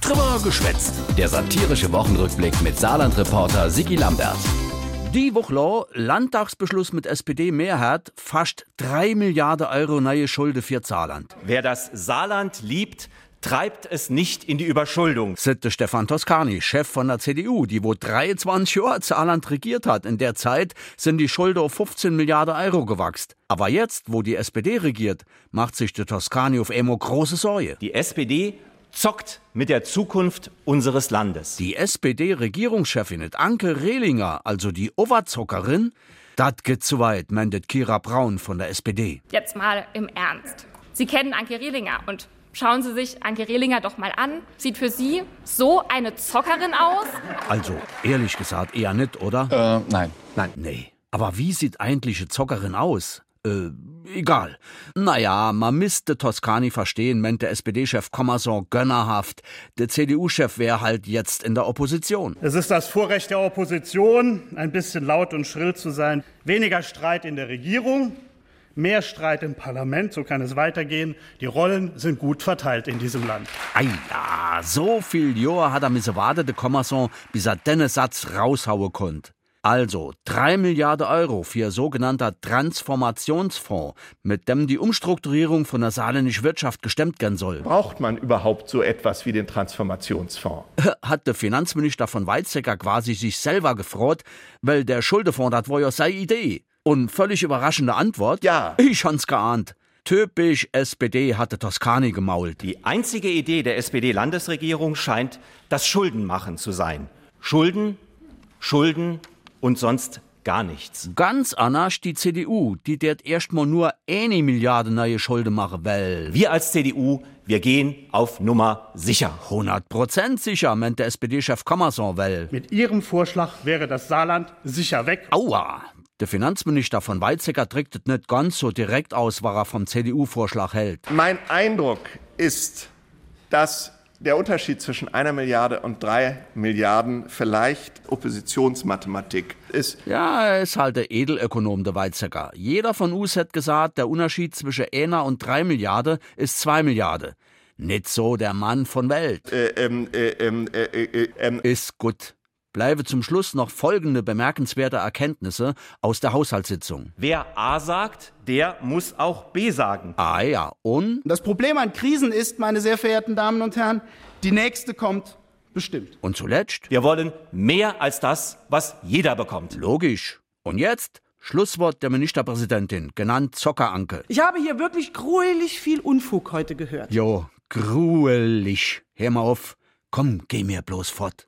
Drüber geschwätzt. Der satirische Wochenrückblick mit Saarland-Reporter Sigi Lambert. Die Woche Landtagsbeschluss mit SPD-Mehrheit, fast 3 Milliarden Euro neue Schulden für Saarland. Wer das Saarland liebt, treibt es nicht in die Überschuldung. Sitte Stefan Toscani, Chef von der CDU, die wo 23 Jahre Saarland regiert hat. In der Zeit sind die Schulden auf 15 Milliarden Euro gewachsen. Aber jetzt, wo die SPD regiert, macht sich der Toscani auf Emo große Sorge. Die SPD zockt mit der Zukunft unseres Landes. Die SPD-Regierungschefin Anke Rehlinger, also die Overzockerin, das geht zu weit, meintet Kira Braun von der SPD. Jetzt mal im Ernst. Sie kennen Anke Rehlinger und Schauen Sie sich Anke Rehlinger doch mal an. Sieht für Sie so eine Zockerin aus? Also, ehrlich gesagt, eher nicht, oder? Äh, nein. Nein. Nee. Aber wie sieht eigentlich eine Zockerin aus? Äh, egal. Naja, man müsste Toscani verstehen, meint der SPD-Chef Kommerson gönnerhaft. Der CDU-Chef wäre halt jetzt in der Opposition. Es ist das Vorrecht der Opposition, ein bisschen laut und schrill zu sein. Weniger Streit in der Regierung, mehr Streit im Parlament, so kann es weitergehen. Die Rollen sind gut verteilt in diesem Land. Ah ja, so viel Jahr hat er misse wartet, der Kommerson, bis er den Satz raushauen konnte. Also 3 Milliarden Euro für sogenannter Transformationsfonds, mit dem die Umstrukturierung von der saarländischen Wirtschaft gestemmt werden soll. Braucht man überhaupt so etwas wie den Transformationsfonds? Hat der Finanzminister von Weizsäcker quasi sich selber gefreut, weil der Schuldefonds, das war ja seine Idee. Und völlig überraschende Antwort? Ja. Ich hab's geahnt. Typisch SPD hatte Toskani gemault. Die einzige Idee der SPD-Landesregierung scheint das Schuldenmachen zu sein. Schulden, Schulden und sonst gar nichts. Ganz anders die CDU, die dort erstmal nur eine Milliarde neue Schulden machen will. Wir als CDU, wir gehen auf Nummer sicher. 100% sicher, meint der SPD-Chef Kommerson will. Mit Ihrem Vorschlag wäre das Saarland sicher weg. Aua, der Finanzminister von Weizsäcker trägt es nicht ganz so direkt aus, was er vom CDU-Vorschlag hält. Mein Eindruck ist, dass der Unterschied zwischen einer Milliarde und drei Milliarden vielleicht Oppositionsmathematik ist. Ja, er ist halt der Edelökonom, der Weizsäcker. Jeder von uns hat gesagt, der Unterschied zwischen einer und drei Milliarden ist zwei Milliarden. Nicht so der Mann von Welt. Äh, ähm, äh, ähm, äh, äh, ähm. Ist gut. Bleibe zum Schluss noch folgende bemerkenswerte Erkenntnisse aus der Haushaltssitzung. Wer A sagt, der muss auch B sagen. Ah ja, und? Das Problem an Krisen ist, meine sehr verehrten Damen und Herren, die nächste kommt bestimmt. Und zuletzt? Wir wollen mehr als das, was jeder bekommt. Logisch. Und jetzt? Schlusswort der Ministerpräsidentin, genannt Zockeranke. Ich habe hier wirklich gruelig viel Unfug heute gehört. Jo, gruelig. Hör mal auf. Komm, geh mir bloß fort.